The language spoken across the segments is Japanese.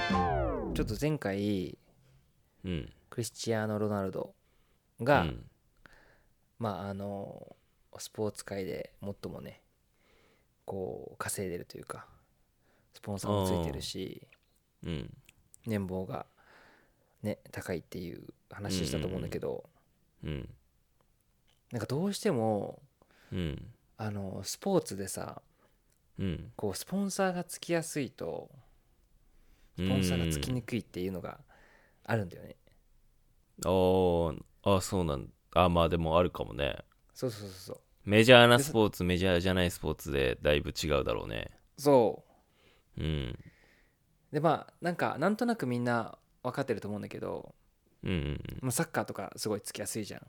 ょっと前回うんクリスチアーノ・ロナルドうが、んまああのスポーツ界で最もねこう稼いでるというかスポンサーもついてるしうん年俸がね高いっていう話したと思うんだけど、うんなんかどうしてもうんあのスポーツでさうんこうスポンサーがつきやすいとスポンサーがつきにくいっていうのがあるんだよね、あああそうなんあまあでもあるかもねそうそうそうそうメジャーなスポーツメジャーじゃないスポーツでだいぶ違うだろうねそううんでまあなんかなんとなくみんな分かってると思うんだけど、うんうんうんまあ、サッカーとかすごいつきやすいじゃん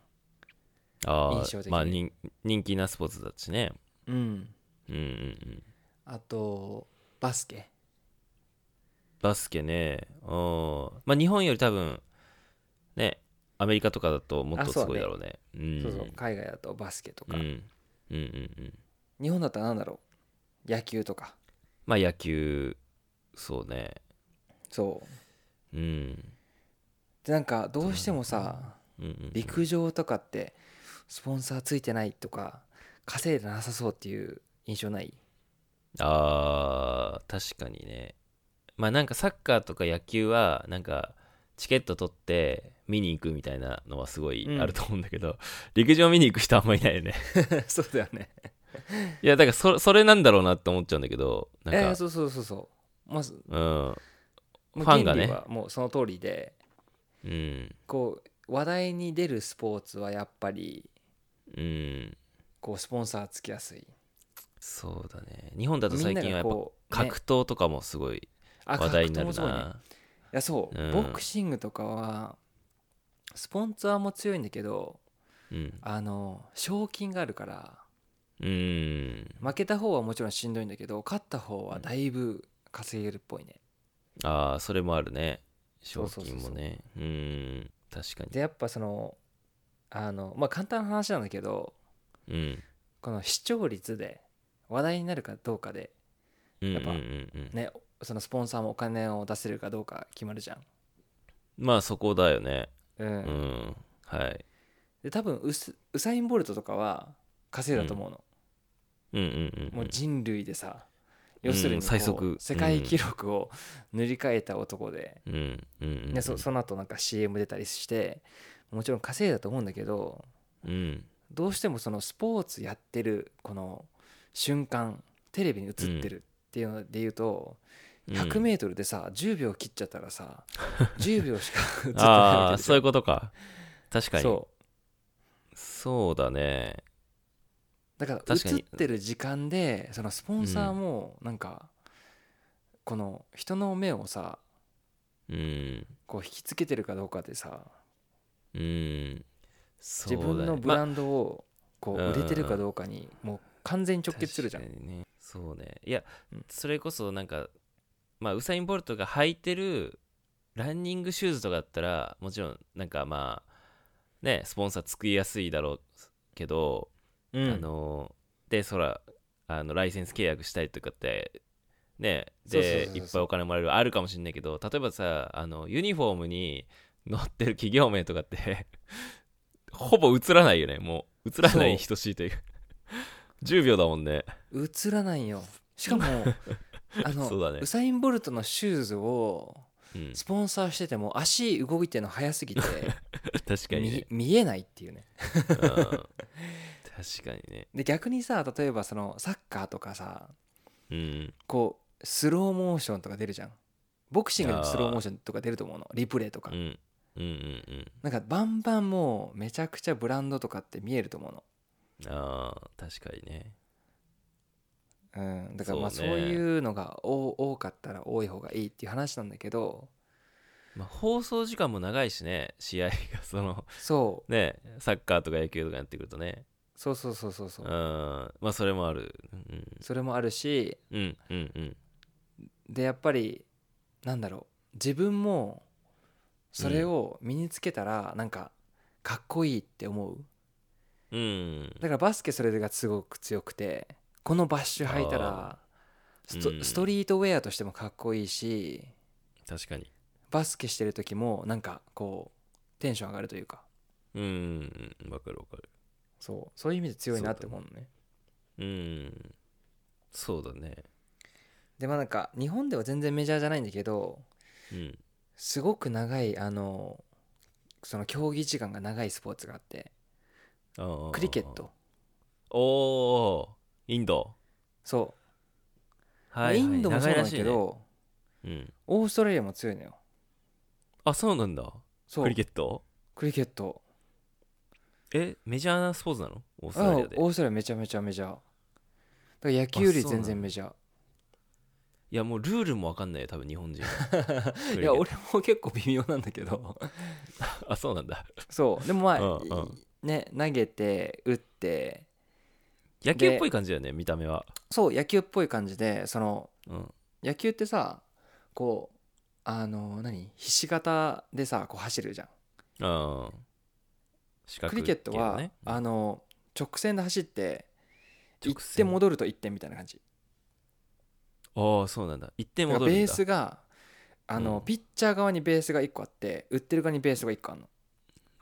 あ印象的あにまあ人人気なスポーツだしねうんうんうんうんあとバスケバスケねうんまあ日本より多分ねアメリカとかだともっとすごいだろうねうんそうそう海外だとバスケとうか、んうんうんうん日本だったらなんだろう野球とかまあ野球そうねそううんでなんかどうしてもさうんうん陸上とかってスポンサーついてないとか稼いでなさそうっていう印象ないあー確かにねまあなんかサッカーとか野球はなんかチケット取って見に行くみたいなのはすごいあると思うんだけど、陸上見に行く人あんまいない よね そうだよねいやだからそそれなんだろうなって思っちゃうんだけどなえーんか、そうそうそうそうまず、うんまファンが原ね理はもうその通りでうんこう話題に出るスポーツはやっぱりうんこうスポンサーつきやすいそうだね日本だとみん最な近はやがっぱこうね格闘とかもすごいあ話題になる格闘もそうねな、いやそう、うんボクシングとかはスポンサーも強いんだけどうんあの賞金があるからうん負けた方はもちろんしんどいんだけど勝った方はだいぶ稼げるっぽいね、ああそれもあるねそ賞うそうそう金そうもねうん確かでやっぱそのあのまあ簡単な話なんだけどにうんこの視聴率で話題になるかどうかでうんやうっんぱうんうんねそのスポンサーもお金を出せるかどうか決まるじゃんまあそこだよね。うん、うん。はい。で多分ウスウサイン・ボルトとかは稼いだと思うの、うんうんうん。もう人類でさ、要するにこう最速世界記録を塗り替えた男で,、うんうんうんうん。でそその後なんか CM 出たりしてもちろん稼いだと思うんだけどうん。どうしてもそのスポーツやってるこの瞬間テレビに映ってるっていうので言うと、うん。 100m でさ10秒切っちゃったら さ10秒しか映ってないわけあであ、すそういうよ。ことか。確かに。そうそだね。うだから確か映にってる時間でそのスポンサーもなんか、この人の目をさうん。こう引きつけてるかどうかでさ、うん。そう自だ分ねのブランドをこまあう売れてるかどうかにもう完全に直結するじゃん、確かにねそうねいや、うんそれこそなんかまあウサイン・ボルトが履いてるランニングシューズとかだったらもちろんなんかまあねスポンサー作りやすいだろうけど、うんあのでそらあのライセンス契約したりとかってねでそうそうそうそういっぱいお金もらえるあるかもしれないけど例えばさあのユニフォームに載ってる企業名とかって ほぼ映らないよねもう映らないそう等しいという10秒だもんね映らない よしかもあのそうだねウサイン・ボルトのシューズをうんスポンサーしてても足動いてるの早す ぎて確かに見ね見えないっていうねうん確かにねで逆にさ例えばそのサッカーとかさうんこうスローモーションとか出るじゃんボクシングでもスローモーションとか出ると思うのリプレイとか、うんうんうんうんなんかバンバンもうめちゃくちゃブランドとかって見えると思うのあー確かにねうん、だからまあそそううねいうのがお多かったら多い方がいいっていう話なんだけどまあ放送時間も長いしね試合がそのそうねサッカーとか野球とかやってくるとねそうそうそうそううそんうまあそれもあるそれもあるしうんうんうんうんでやっぱりなんだろう自分もそれを身につけたらなんかかっこいいって思ううんだからバスケそれがすごく強くてこのバッシュ履いたらあーストうんストリートウェアとしてもかっこいいし確かにバスケしてる時もなんかこうテンション上がるというかうんうんうんわかるわかるそうそういう意味で強いなって思うのねうんそうだねでまあなんか日本では全然メジャーじゃないんだけどうんすごく長いあのその競技時間が長いスポーツがあってあークリケットおおーインドそうまはあい、インドもそうなんだけ長いらしどいねうん、オーストラリアも強いのよあそうなんだそうクリケットクリケットえメジャーなスポーツなのオーストあラオリアでーストラリアめちゃめちゃメジャーだから野球より全然メジャーいやもうルールもわかんないよ多分日本人は いや俺も結構微妙なんだけどあそうなんだ そうでもまあ、うんうんね投げて打って野球っぽい感じだよね見た目はそう野球っぽい感じでそのうん野球ってさこうあの何ひし形でさこう走るじゃんあー四角クリケットは、形ねあの直線で走って直行っ線て戻ると1点みたいな感じああそうなんだ一点だか戻らるんだベースがあの、うんピッチャー側にベースが1個あって打ってる側にベースが1個ある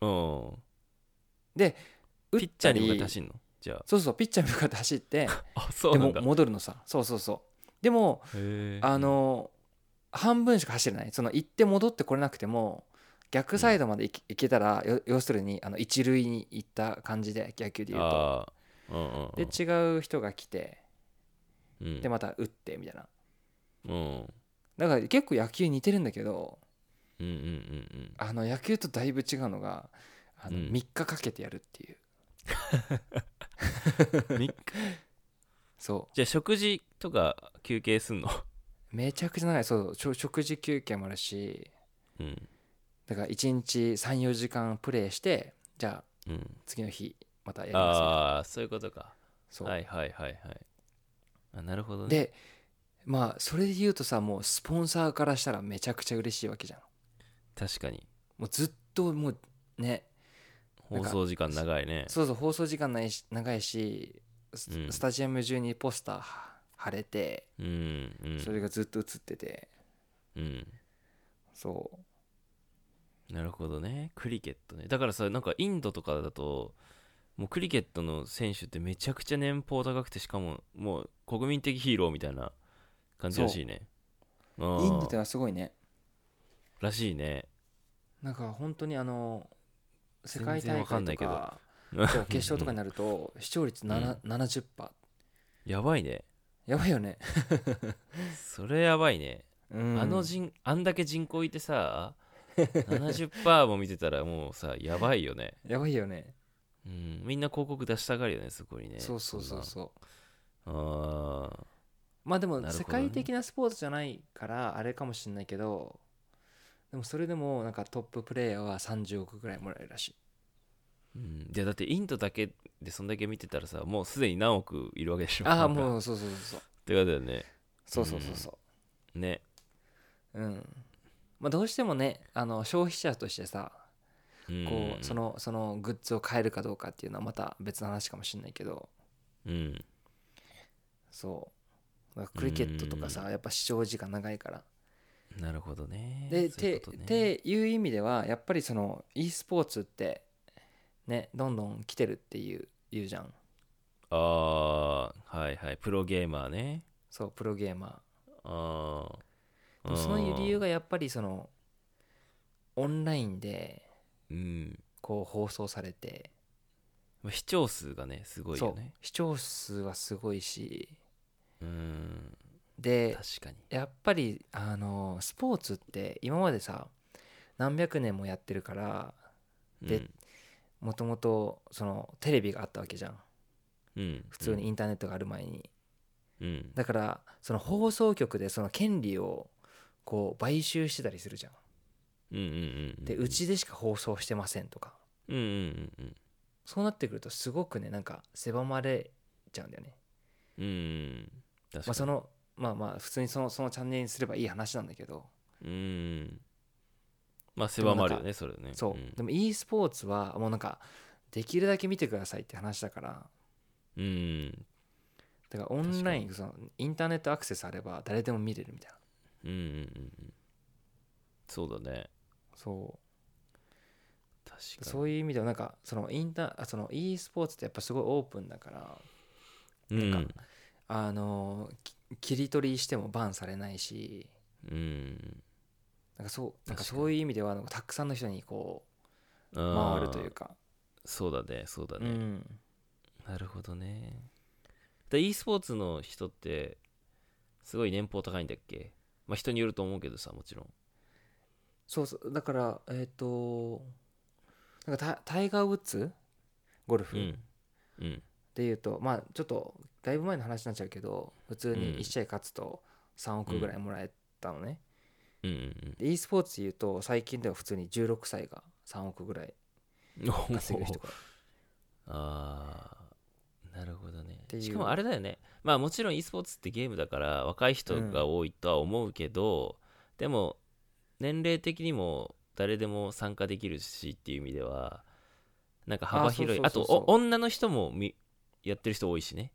のうん打ったりピッチャーに向かって走るのじゃあそうそうピッチャーに向かって走ってあ そうでなもんだ戻るのさそうそうそうでもへーあの半分しか走れないその行って戻ってこれなくても逆サイドまで行き行けたら、よ要するにあの一塁に行った感じで野球で言うとああうんうんで違う人が来てうんでまた打ってみたいなうんだから結構野球似てるんだけどうんうんうんうんあの野球とだいぶ違うのがあのうん3日かけてやるっていう、みっそ じゃあ食事とか休憩すんの うめちゃくちゃ長いそうちょ食事休憩もあるしうんだから1日34時間プレーしてじゃあうん次の日またやりまああそういうことかすよそう、はいはいはいはいあなるほどねでまあそれで言うとさもうスポンサーからしたらめちゃくちゃ嬉しいわけじゃん確かにもうずっともうねなん放か送時間長いねそうそう放送時間ないし長いしス,、うんタジアム中にポスターは貼れてうんうんそれがずっと映ってて、うんそうなるほどねクリケットねだからさなんかインドとかだともうクリケットの選手ってめちゃくちゃ年俸高くてしかももう国民的ヒーローみたいな感じらしいねイインドではすごいねらしいねなんか本当にあの世界大全然わか会んなといけどかそう決勝とかになると視聴率7 70% やばいねやばいよ ね、それやばいねうんあの人あんだけ人口いてさ70%も見てたらもうさやばいよね、やばいよねうん、みんな広告出したがるよねそこにねそうそうそうそうそんなあまあでなもるほどね世界的なスポーツじゃないからあれかもしれないけどでもそれでもなんかトッププレイヤーは30億ぐらいもらえるらしいーうんじゃあだってインドだけでそんだけ見てたらさもうすでに何億いるわけでしょああうもうそうそうそうってことだよねそうそうそうそうそねううんまあどうしてもねあの消費者としてさんこうそのそのグッズを買えるかどうかっていうのはまた別の話かもしれないけどうんそうだからクリケットとかさやっぱ視聴時間長いからなるほどねでそういてうことねっていう意味ではやっぱりその e スポーツってねどんどん来てるっていう言うじゃんああはいはいプロゲーマーねそうプロゲーマあーでもあそういう理由がやっぱりそのオンラインでうんこう放送されてまあ視聴数がねすごいそようね視聴数はすごいしうんで確かにやっぱりあのスポーツって今までさ何百年もやってるからでうんもともとそのテレビがあったわけじゃんうん、普通にインターネットがある前に、うん、だからその放送局でその権利をこう買収してたりするじゃんうんうんうんうんでうちでしか放送してませんとかうんうんうんそうなってくるとすごくねなんか狭まれちゃうんだよね、うんうん確かにまあ、そのまあまあ普通にそのそのチャンネルにすればいい話なんだけどうんまあ狭まるよねそれねそう、んでも e スポーツはもうなんかできるだけ見てくださいって話だからうんだからオンラインそのインターネットアクセスあれば誰でも見れるみたいなうんうんうんうんそうだねそう確かそういう意味ではなんかそのインターあその e スポーツってやっぱすごいオープンだからになんかあのき切り取りしてもバンされないしうん、うん、なんかそうなんか確かにそういう意味ではなんかたくさんの人にこうあー回るというか、そうだねそうだうね、ん、なるほどねで e スポーツの人ってすごい年俸高いんだっけまあ人によると思うけどさもちろんそうそうだからえっ、となんかタタイガー・ウッズゴルうフんうんでいうと、まあちょっとだいぶ前の話になっちゃうけど普通に1試合勝つと3億ぐらいもらえたのね、うんうんで e スポーツでいうと最近では普通に16歳が3億ぐらいうんおー稼ぐ人がああなるほどねていうしかもあれだよねまあもちろん e スポーツってゲームだから若い人が多いとは思うけど、でも年齢的にも誰でも参加できるしっていう意味ではなんか幅広いああそうそうそうそうとお女の人もみやってる人多いしね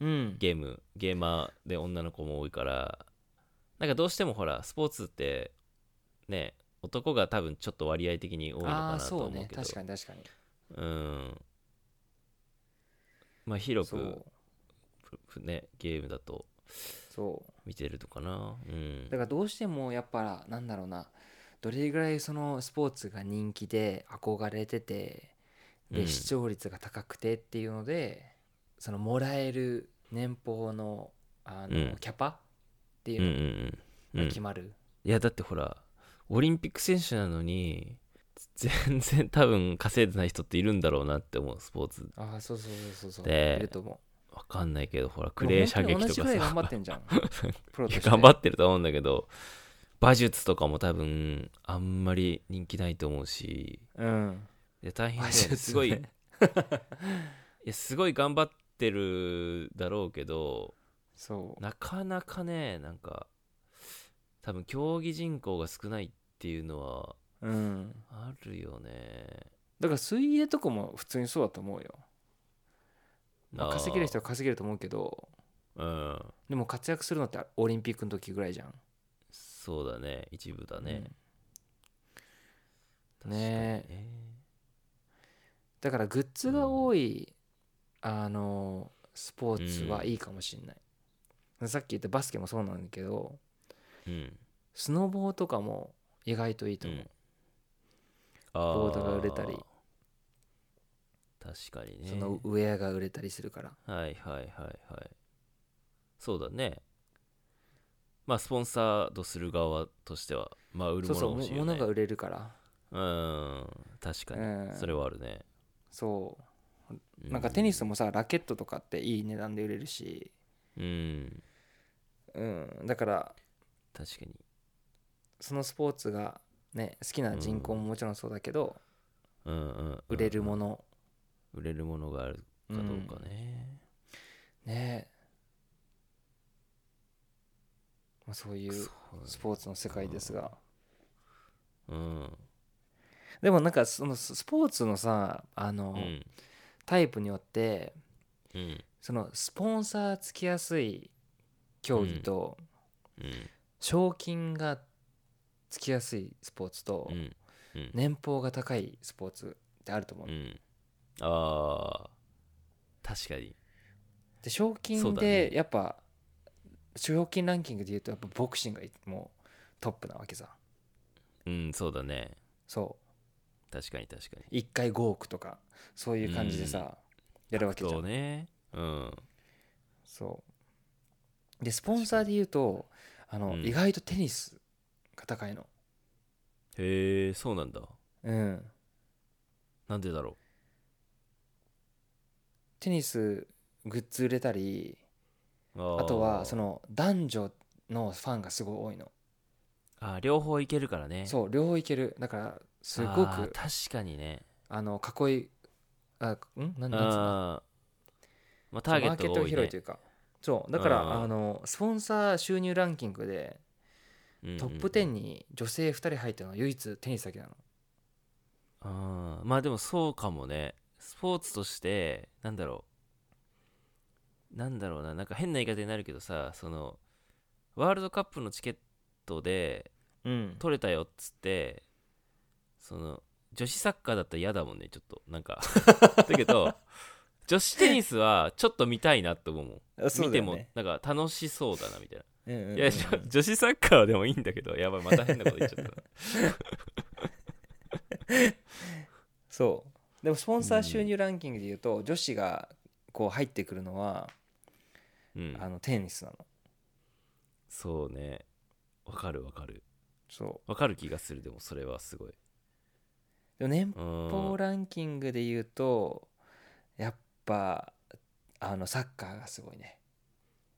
うんゲームゲーマーで女の子も多いからなんかどうしてもほらスポーツってね男が多分ちょっと割合的に多いのあかあなとそう思うねけど確かに確かにうんまあ広そくうねゲームだとそう見てるとかなうんだからどうしてもやっぱなんだろうなどれぐらいそのスポーツが人気で憧れててうでん視聴率が高くてっていうので、そのもらえる年俸のあの、うんキャパってうんういうんうんのうがん決まる、いやだってほらオリンピック選手なのに全然多分稼いでない人っているんだろうなって思うスポーツああそうそうそうそうそうでいると思わかんないけどほらうクレー射でも本撃と当に同じぐからいさ頑張ってん じゃんプロいとやして頑張ってると思うんだけど馬術とかも多分あんまり人気ないと思うしうんいや大変だ馬よ術ねねすごい いやすごい頑張ってるだろうけどそうなかなかねなんか多分競技人口が少ないっていうのはうんあるよねだから水泳とかも普通にそうだと思うよ、まああー稼げる人は稼げると思うけどうんでも活躍するのってオリンピックの時ぐらいじゃんそうだね一部だね、うん確かにねだからグッズが多い、あのスポーツはいいかもしんない、さっき言ったバスケもそうなんだけどうんスノボーとかも意外といいと思う、うんあボードが売れたり確かにねそのウェアが売れたりするからはいはいはいはいそうだねまあスポンサードする側としてはまあ売るそうもそうのもも欲しいよね物が売れるからうん確かに、うんそれはあるね、そううなんかテニスもさラケットとかっていい値段で売れるしうんうんだから確かにそのスポーツがね好きな人口ももちろんそうだけど、うんうん売れるのもの、売れるものがあるかどうかね、うんねえ、まあ、そういうそうスポーツの世界ですがうんでもなんかそのススポーツのさあの、うんタイプによってうんそのスポンサーつきやすい競技と、うん賞金がつきやすいスポーツと、うんうん年俸が高いスポーツってあると思う、うんあー確かにで賞そう金だでねやっぱ、賞金ランキングで言うとやっぱボクシングがもうトップなわけさうんそうだねそ確かに確かにう1回5億とかそういう感じでさ、うんやるわけじゃそうんねうんそうでスポンサーで言うとあの、うん意外とテニスが高いのへえそうなんだうんなんでだろテニスグッズ売れたりうああとはそのの男女のファンがすごい多いのあー両方いけるからねうそう両方いけるだからすごく確かにねあの囲いあんなんなんつうのあーまあターゲマーットがケット多がい広ねいというかそうだからうんあのスポンサー収入ランキングでトップ10にに女性2人入ったのは唯一テニスだけなのあーまあでもそうかもねスポーツとしてなんだろうなんだろうななんか変な言い方になるけどさそのワールドカップのチケットでうん取れたよっつってその女子サッカーだったら嫌だもんねちょっとな んかだけど女子テニスはちょっと見たいなと思うもんあそう見だてよもねなんか楽しそうだなみたいな、うんうんうんうんいやじょ女子サッカーはでもいいんだけどやばいまた変なこと言 っちゃったなそうでもスポンサー収入ランキングで言うと、女子がこう入ってくるのは、うんあのテニスなのそうねわかるわかるそわかる気がするでもそれはすごいうでも年う俸んランキングで言うとやっぱあのサッカーがすごいね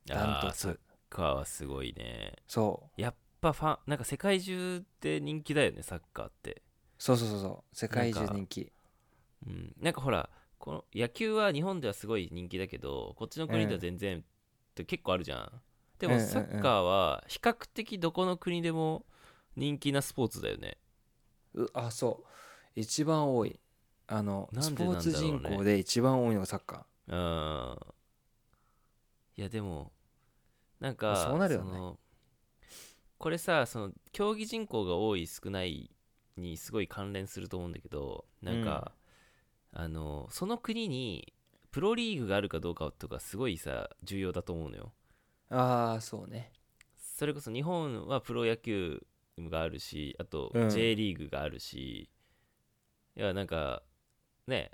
ダンあトーサッツカーはすごいねそうやっぱファンなんか世界中で人気だよねサッカーって、そうそうそうそう世界中なんか人気うん、なんかほらこの野球は日本ではすごい人気だけどこっちの国では全然って結構あるじゃんでうもんうんうんサッカーは比較的どこの国でも人気なスポーツだよねうあそう一番多いあのなスんでポなんだーろうねツ人口で一番多いのがサッカうんいやでもなんまかあそうなるよねのこれさその競技人口が多い少ないにすごい関連すると思うんだけどなんか、あのその国にプロリーグがあるかどうかとかすごいさ重要だと思うのよーああそうねそれこそ日本はプロ野球があるしあとうん J リーグがあるし、いやなんかね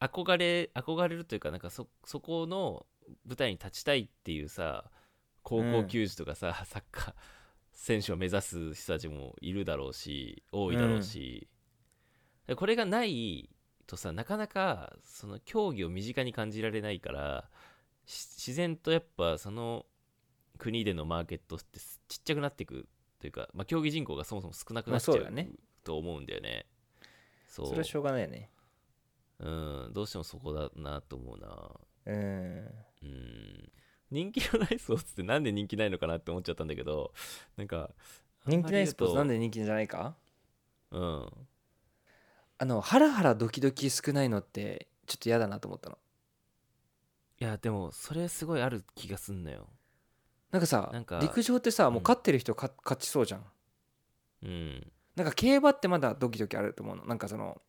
憧れ憧れるというかなんかそそこの舞台に立ちたいっていうさ高校球児とかさ、サッカー選手を目指す人たちもいるだろうし多いだろうし、でこれがないとさなかなかその競技を身近に感じられないからし自然とやっぱその国でのマーケットってすちっちゃくなっていくというか、まあ、競技人口がそもそも少なくなっちゃまあそうだうねと思うんだよね。そそれはしょうがないよねうん、どうしてもそこだなと思うな。うんうん。人気のないスポーツってなんで人気ないのかなって思っちゃったんだけど、なんか、人気ないスポーツなんでで人気じゃないかうん。あのハラハラドキドキ少ないのってちょっと嫌だなと思ったのいや、でも、それすごいある気がすんのよ。なんかさなんか陸上ってさもううん勝ってる人か勝ちそうじゃんうん。なんか競馬ってまだドキドキあると思うのなんかその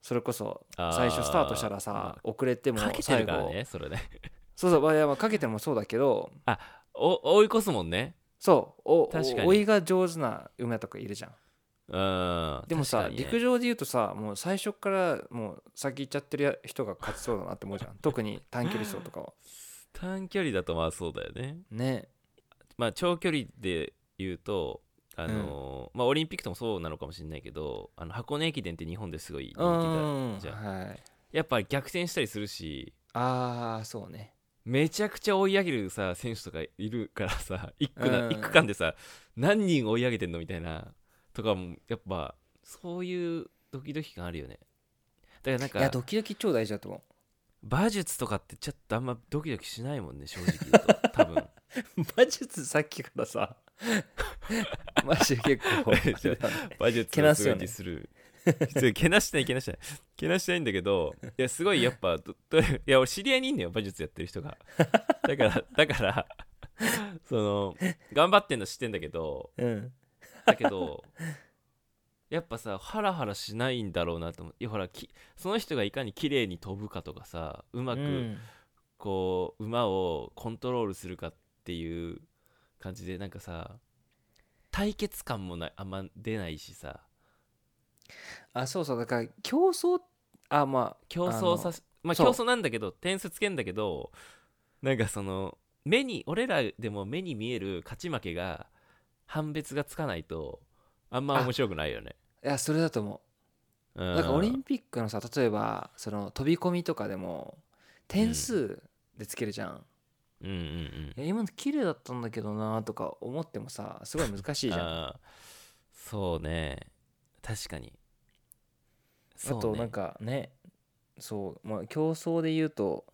それこそあー最初スタートしたらまさあ遅れてもかけて最るから後ね、それね。そうそうまあいやまあかけてもそうだけどお、追い越すもんね。そうお確かにお追いが上手な馬とかいるじゃんうん。でもさ、確かにね陸上で言うとさもう最初からもう先行っちゃってるや人が勝ちそうだなって思うじゃん特に短距離走とかは短距離だとまあ そうだよね。ねまあ、長距離で言うと、あのーまあ、オリンピックともそうなのかもしれないけど、あの箱根駅伝って日本ですごい人気うだ。んじゃはいやっぱ逆転したりするし、ああそうねめちゃくちゃ追い上げるさ選手とかいるからさ 一区うなん一区間でさ何人追い上げてんのみたいなとかもやっぱそういうドキドキ感あるよねだからなんいやかドキドキ超大事だと思馬術とかってちょっとあんまドキドキしないもんね正直言うと多分う馬術さっきからさ マジで結構じゃ馬術けなをすすよごねいディスるすごいけなしたいけなしたいけなしたいんだけどいやすごいやっぱどどれいや俺知り合いにいんのよ馬術やってる人がだからだからその頑張ってんの知ってんだけどうんだけどやっぱさハラハラしないんだろうなと思っていやほらきその人がいかに綺麗に飛ぶかとかさうまうくんこう、馬をコントロールするかっていう感じでなんかさ対決感もないあんま出ないしさあそうそうだから競争あま競争あのさしまあそう競争なんだけど点数つけんだけどなんかその目に俺らでも目に見える勝ち負けが判別がつかないとあんま面白くないよね。あいやそれだと思ううんなんかオリンピックのさ例えばその飛び込みとかでも点数でつけるじゃん、うんうんうんいや今の綺麗だったんだけどなとか思ってもさすごい難しいじゃんあ,、 あーそうね確かにとなんかねそう、まあ、競争で言うと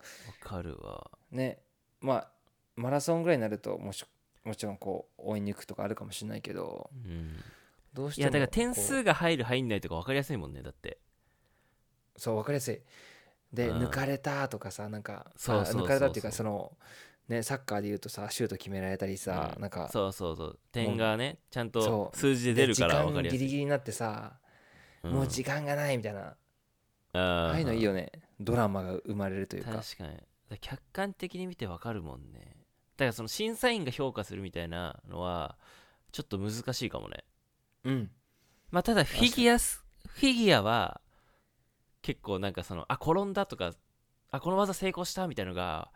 わかるわねまあマラソンぐらいになるともしもちろんこう追い抜くとかあるかもしれないけどうんどうしいてもやだからこう点数が入る入んないとか分かりやすいもんねだってそう分かりやすいでうん抜かれたとかさなんかそうあそうそうそう抜かれたっていうかそのね、サッカーで言うとさシュート決められたりさ、うなんかそうそうそう点がねちゃんとそう数字で出るから分かりやで時間ギすリいギリになってさ、うんもう時間がないみたいなああああいうのいいよねドラマが生まれるというか確かにだから客観的に見てわかるもんねだからその審査員が評価するみたいなのはちょっと難しいかもねうんまあただフィギュアスフィギュアは結構なんかそのあ転んだとかあこの技成功したみたいなのが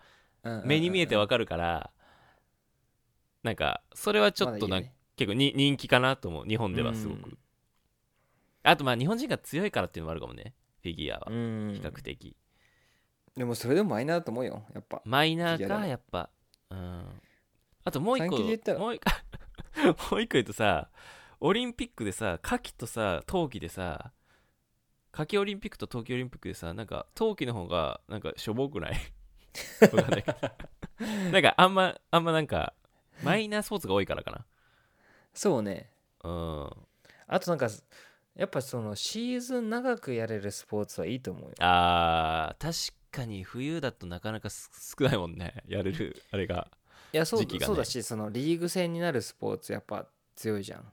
目に見えてわかかるからなんかそれはちょっとなん結構に人気かなと思う日本ではすごうくんあとまあ日本人が強いからっていうのもあるかもねフィギュアは比比較的でもそれでもマイナーだと思うよやっぱマイナフーィギュアだかねやっぱうんあともう一個短期で言ったらもう一個 もう一個言うとさオリンピックでさ夏季とさ冬季でさ夏季オリンピックと冬季オリンピックでさなんか冬季の方がなんかしょぼくない わかんな いけどなんかあんまあんまなんかマイナースポーツが多いからかなそうねうんあとなんかやっぱそのシーズン長くやれるスポーツはいいと思うよあー確かに冬だとなかなかす少ないもんねやれるあれがいやそう,、時期がねそうだしそのリーグ戦になるスポーツやっぱ強いじゃん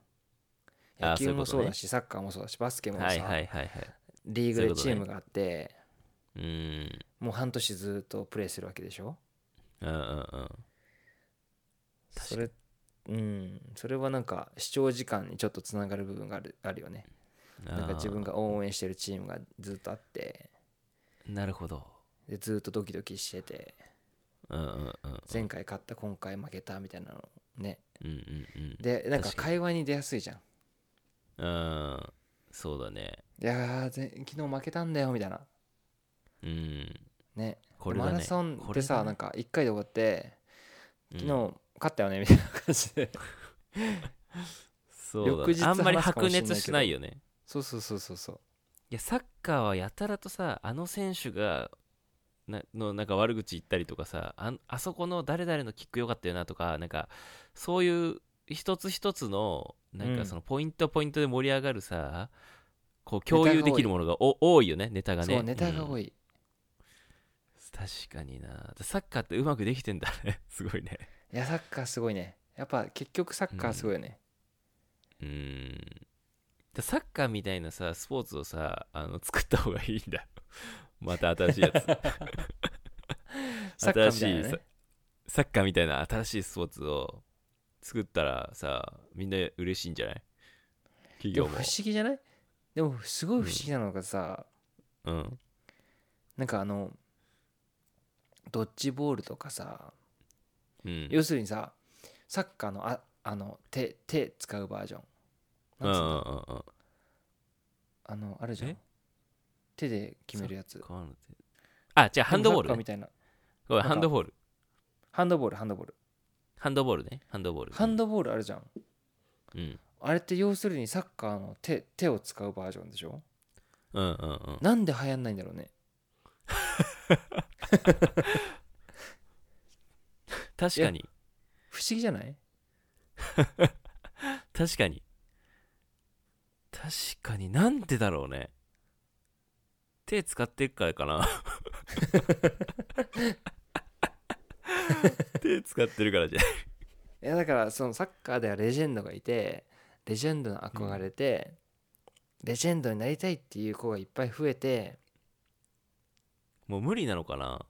あー野球もそそういうことねうだしサッカーもそうだしバスケもさ、はいはいはいはいリーグそういでうことチねームがあってうんもう半年ずっとプレーするわけでしょうんうんうん確かそにれうんそれはなんか視聴時間にちょっとつながる部分があるあるよねなんか自分がが応援してるチームがずっとあってなるほどでずっとドキドキしててうんうんうんうん前回勝った今回負けたみたいなのねうんうんでなんか確か会話に出やすいじゃんうんうんそうだねいやーぜ昨日負けたんだよみたいなうんねこれだねマラソンこでれさ、だねなんか1回で終わってうん昨日勝ったよねみたいな感じ でそうだ翌ね日あんまり話すかもしれないけ白ど熱しないよねそうそうそうそうそういやサッカーはやたらとさあの選手がなのなんか悪口言ったりとかさあんあそこの誰々のキック良かったよなとかなんかそういう一つ一つのなんうかんそのポイントポイントで盛り上がるさ、こう共有できるものがお多いよねネタがねそうネタが多い、い、うん確かになサッカーってうまくできてんだね すごいねいやサッカーすごいねやっぱ結局サッカーすごいよね、うんだサッカーみたいなさスポーツをさあの作った方がいいんだよ また新しいやつ サッカーみたいな新しいねさサッカーみたいな新しいスポーツを作ったらさみんな嬉しいんじゃない企でも業不も思議じゃないでもすごい不思議なのがさ、うんなんかあのドッジボールとかさ、うん要するにさサッカーのああの手手使うバージョンうなんんつううのんうんうんあのあるじゃんえ手で決めるやつこういうのってあじゃあハンドボーでもサッカル、みね、たいなごめんなんかハンドボールハンドボールハンドボールハンドボールねハンドボールハンドボールあるじゃんうんあれって要するにサッカーの手手を使うバージョンでしょうんうんうんなんで流行んないんだろうね確かに不思議じゃない確かに確かになんでだろうね手使ってるからか な手使ってるからじゃないいやだからそのサッカーではレジェンドがいてレジェンドの憧れて、レジェンドになりたいっていう子がいっぱい増えてもう無理なのかな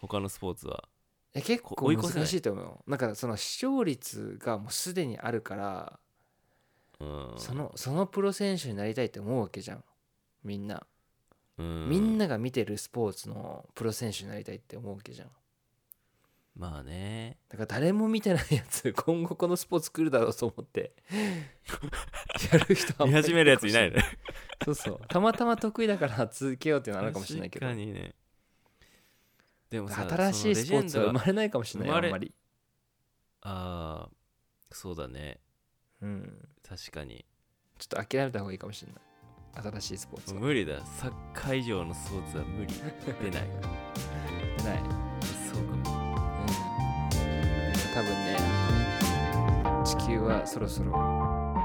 他のスポーツはえ結構追い越せな難いしいと思うよなんかその視聴率がもうすでにあるから、うんそのそのプロ選手になりたいって思うわけじゃんみんな、うんみんなが見てるスポーツのプロ選手になりたいって思うわけじゃんまあねだから誰も見てないやつ今後このスポーツ来るだろうと思って やる人あん見まり始めるやついないねそうそうたまたま得意だから続けようっていうのはあるかもしれないけど確かにねでもさ新しいスポーツは生そのレジェンドがまれないかもしれない生まれあんまり、ああそうだねうん、確かにちょっと諦めた方がいいかもしれない新しいスポーツは無理だサッカー以上のスポーツは無理出ないない、うん、そうかも多分ね地球はそろそろ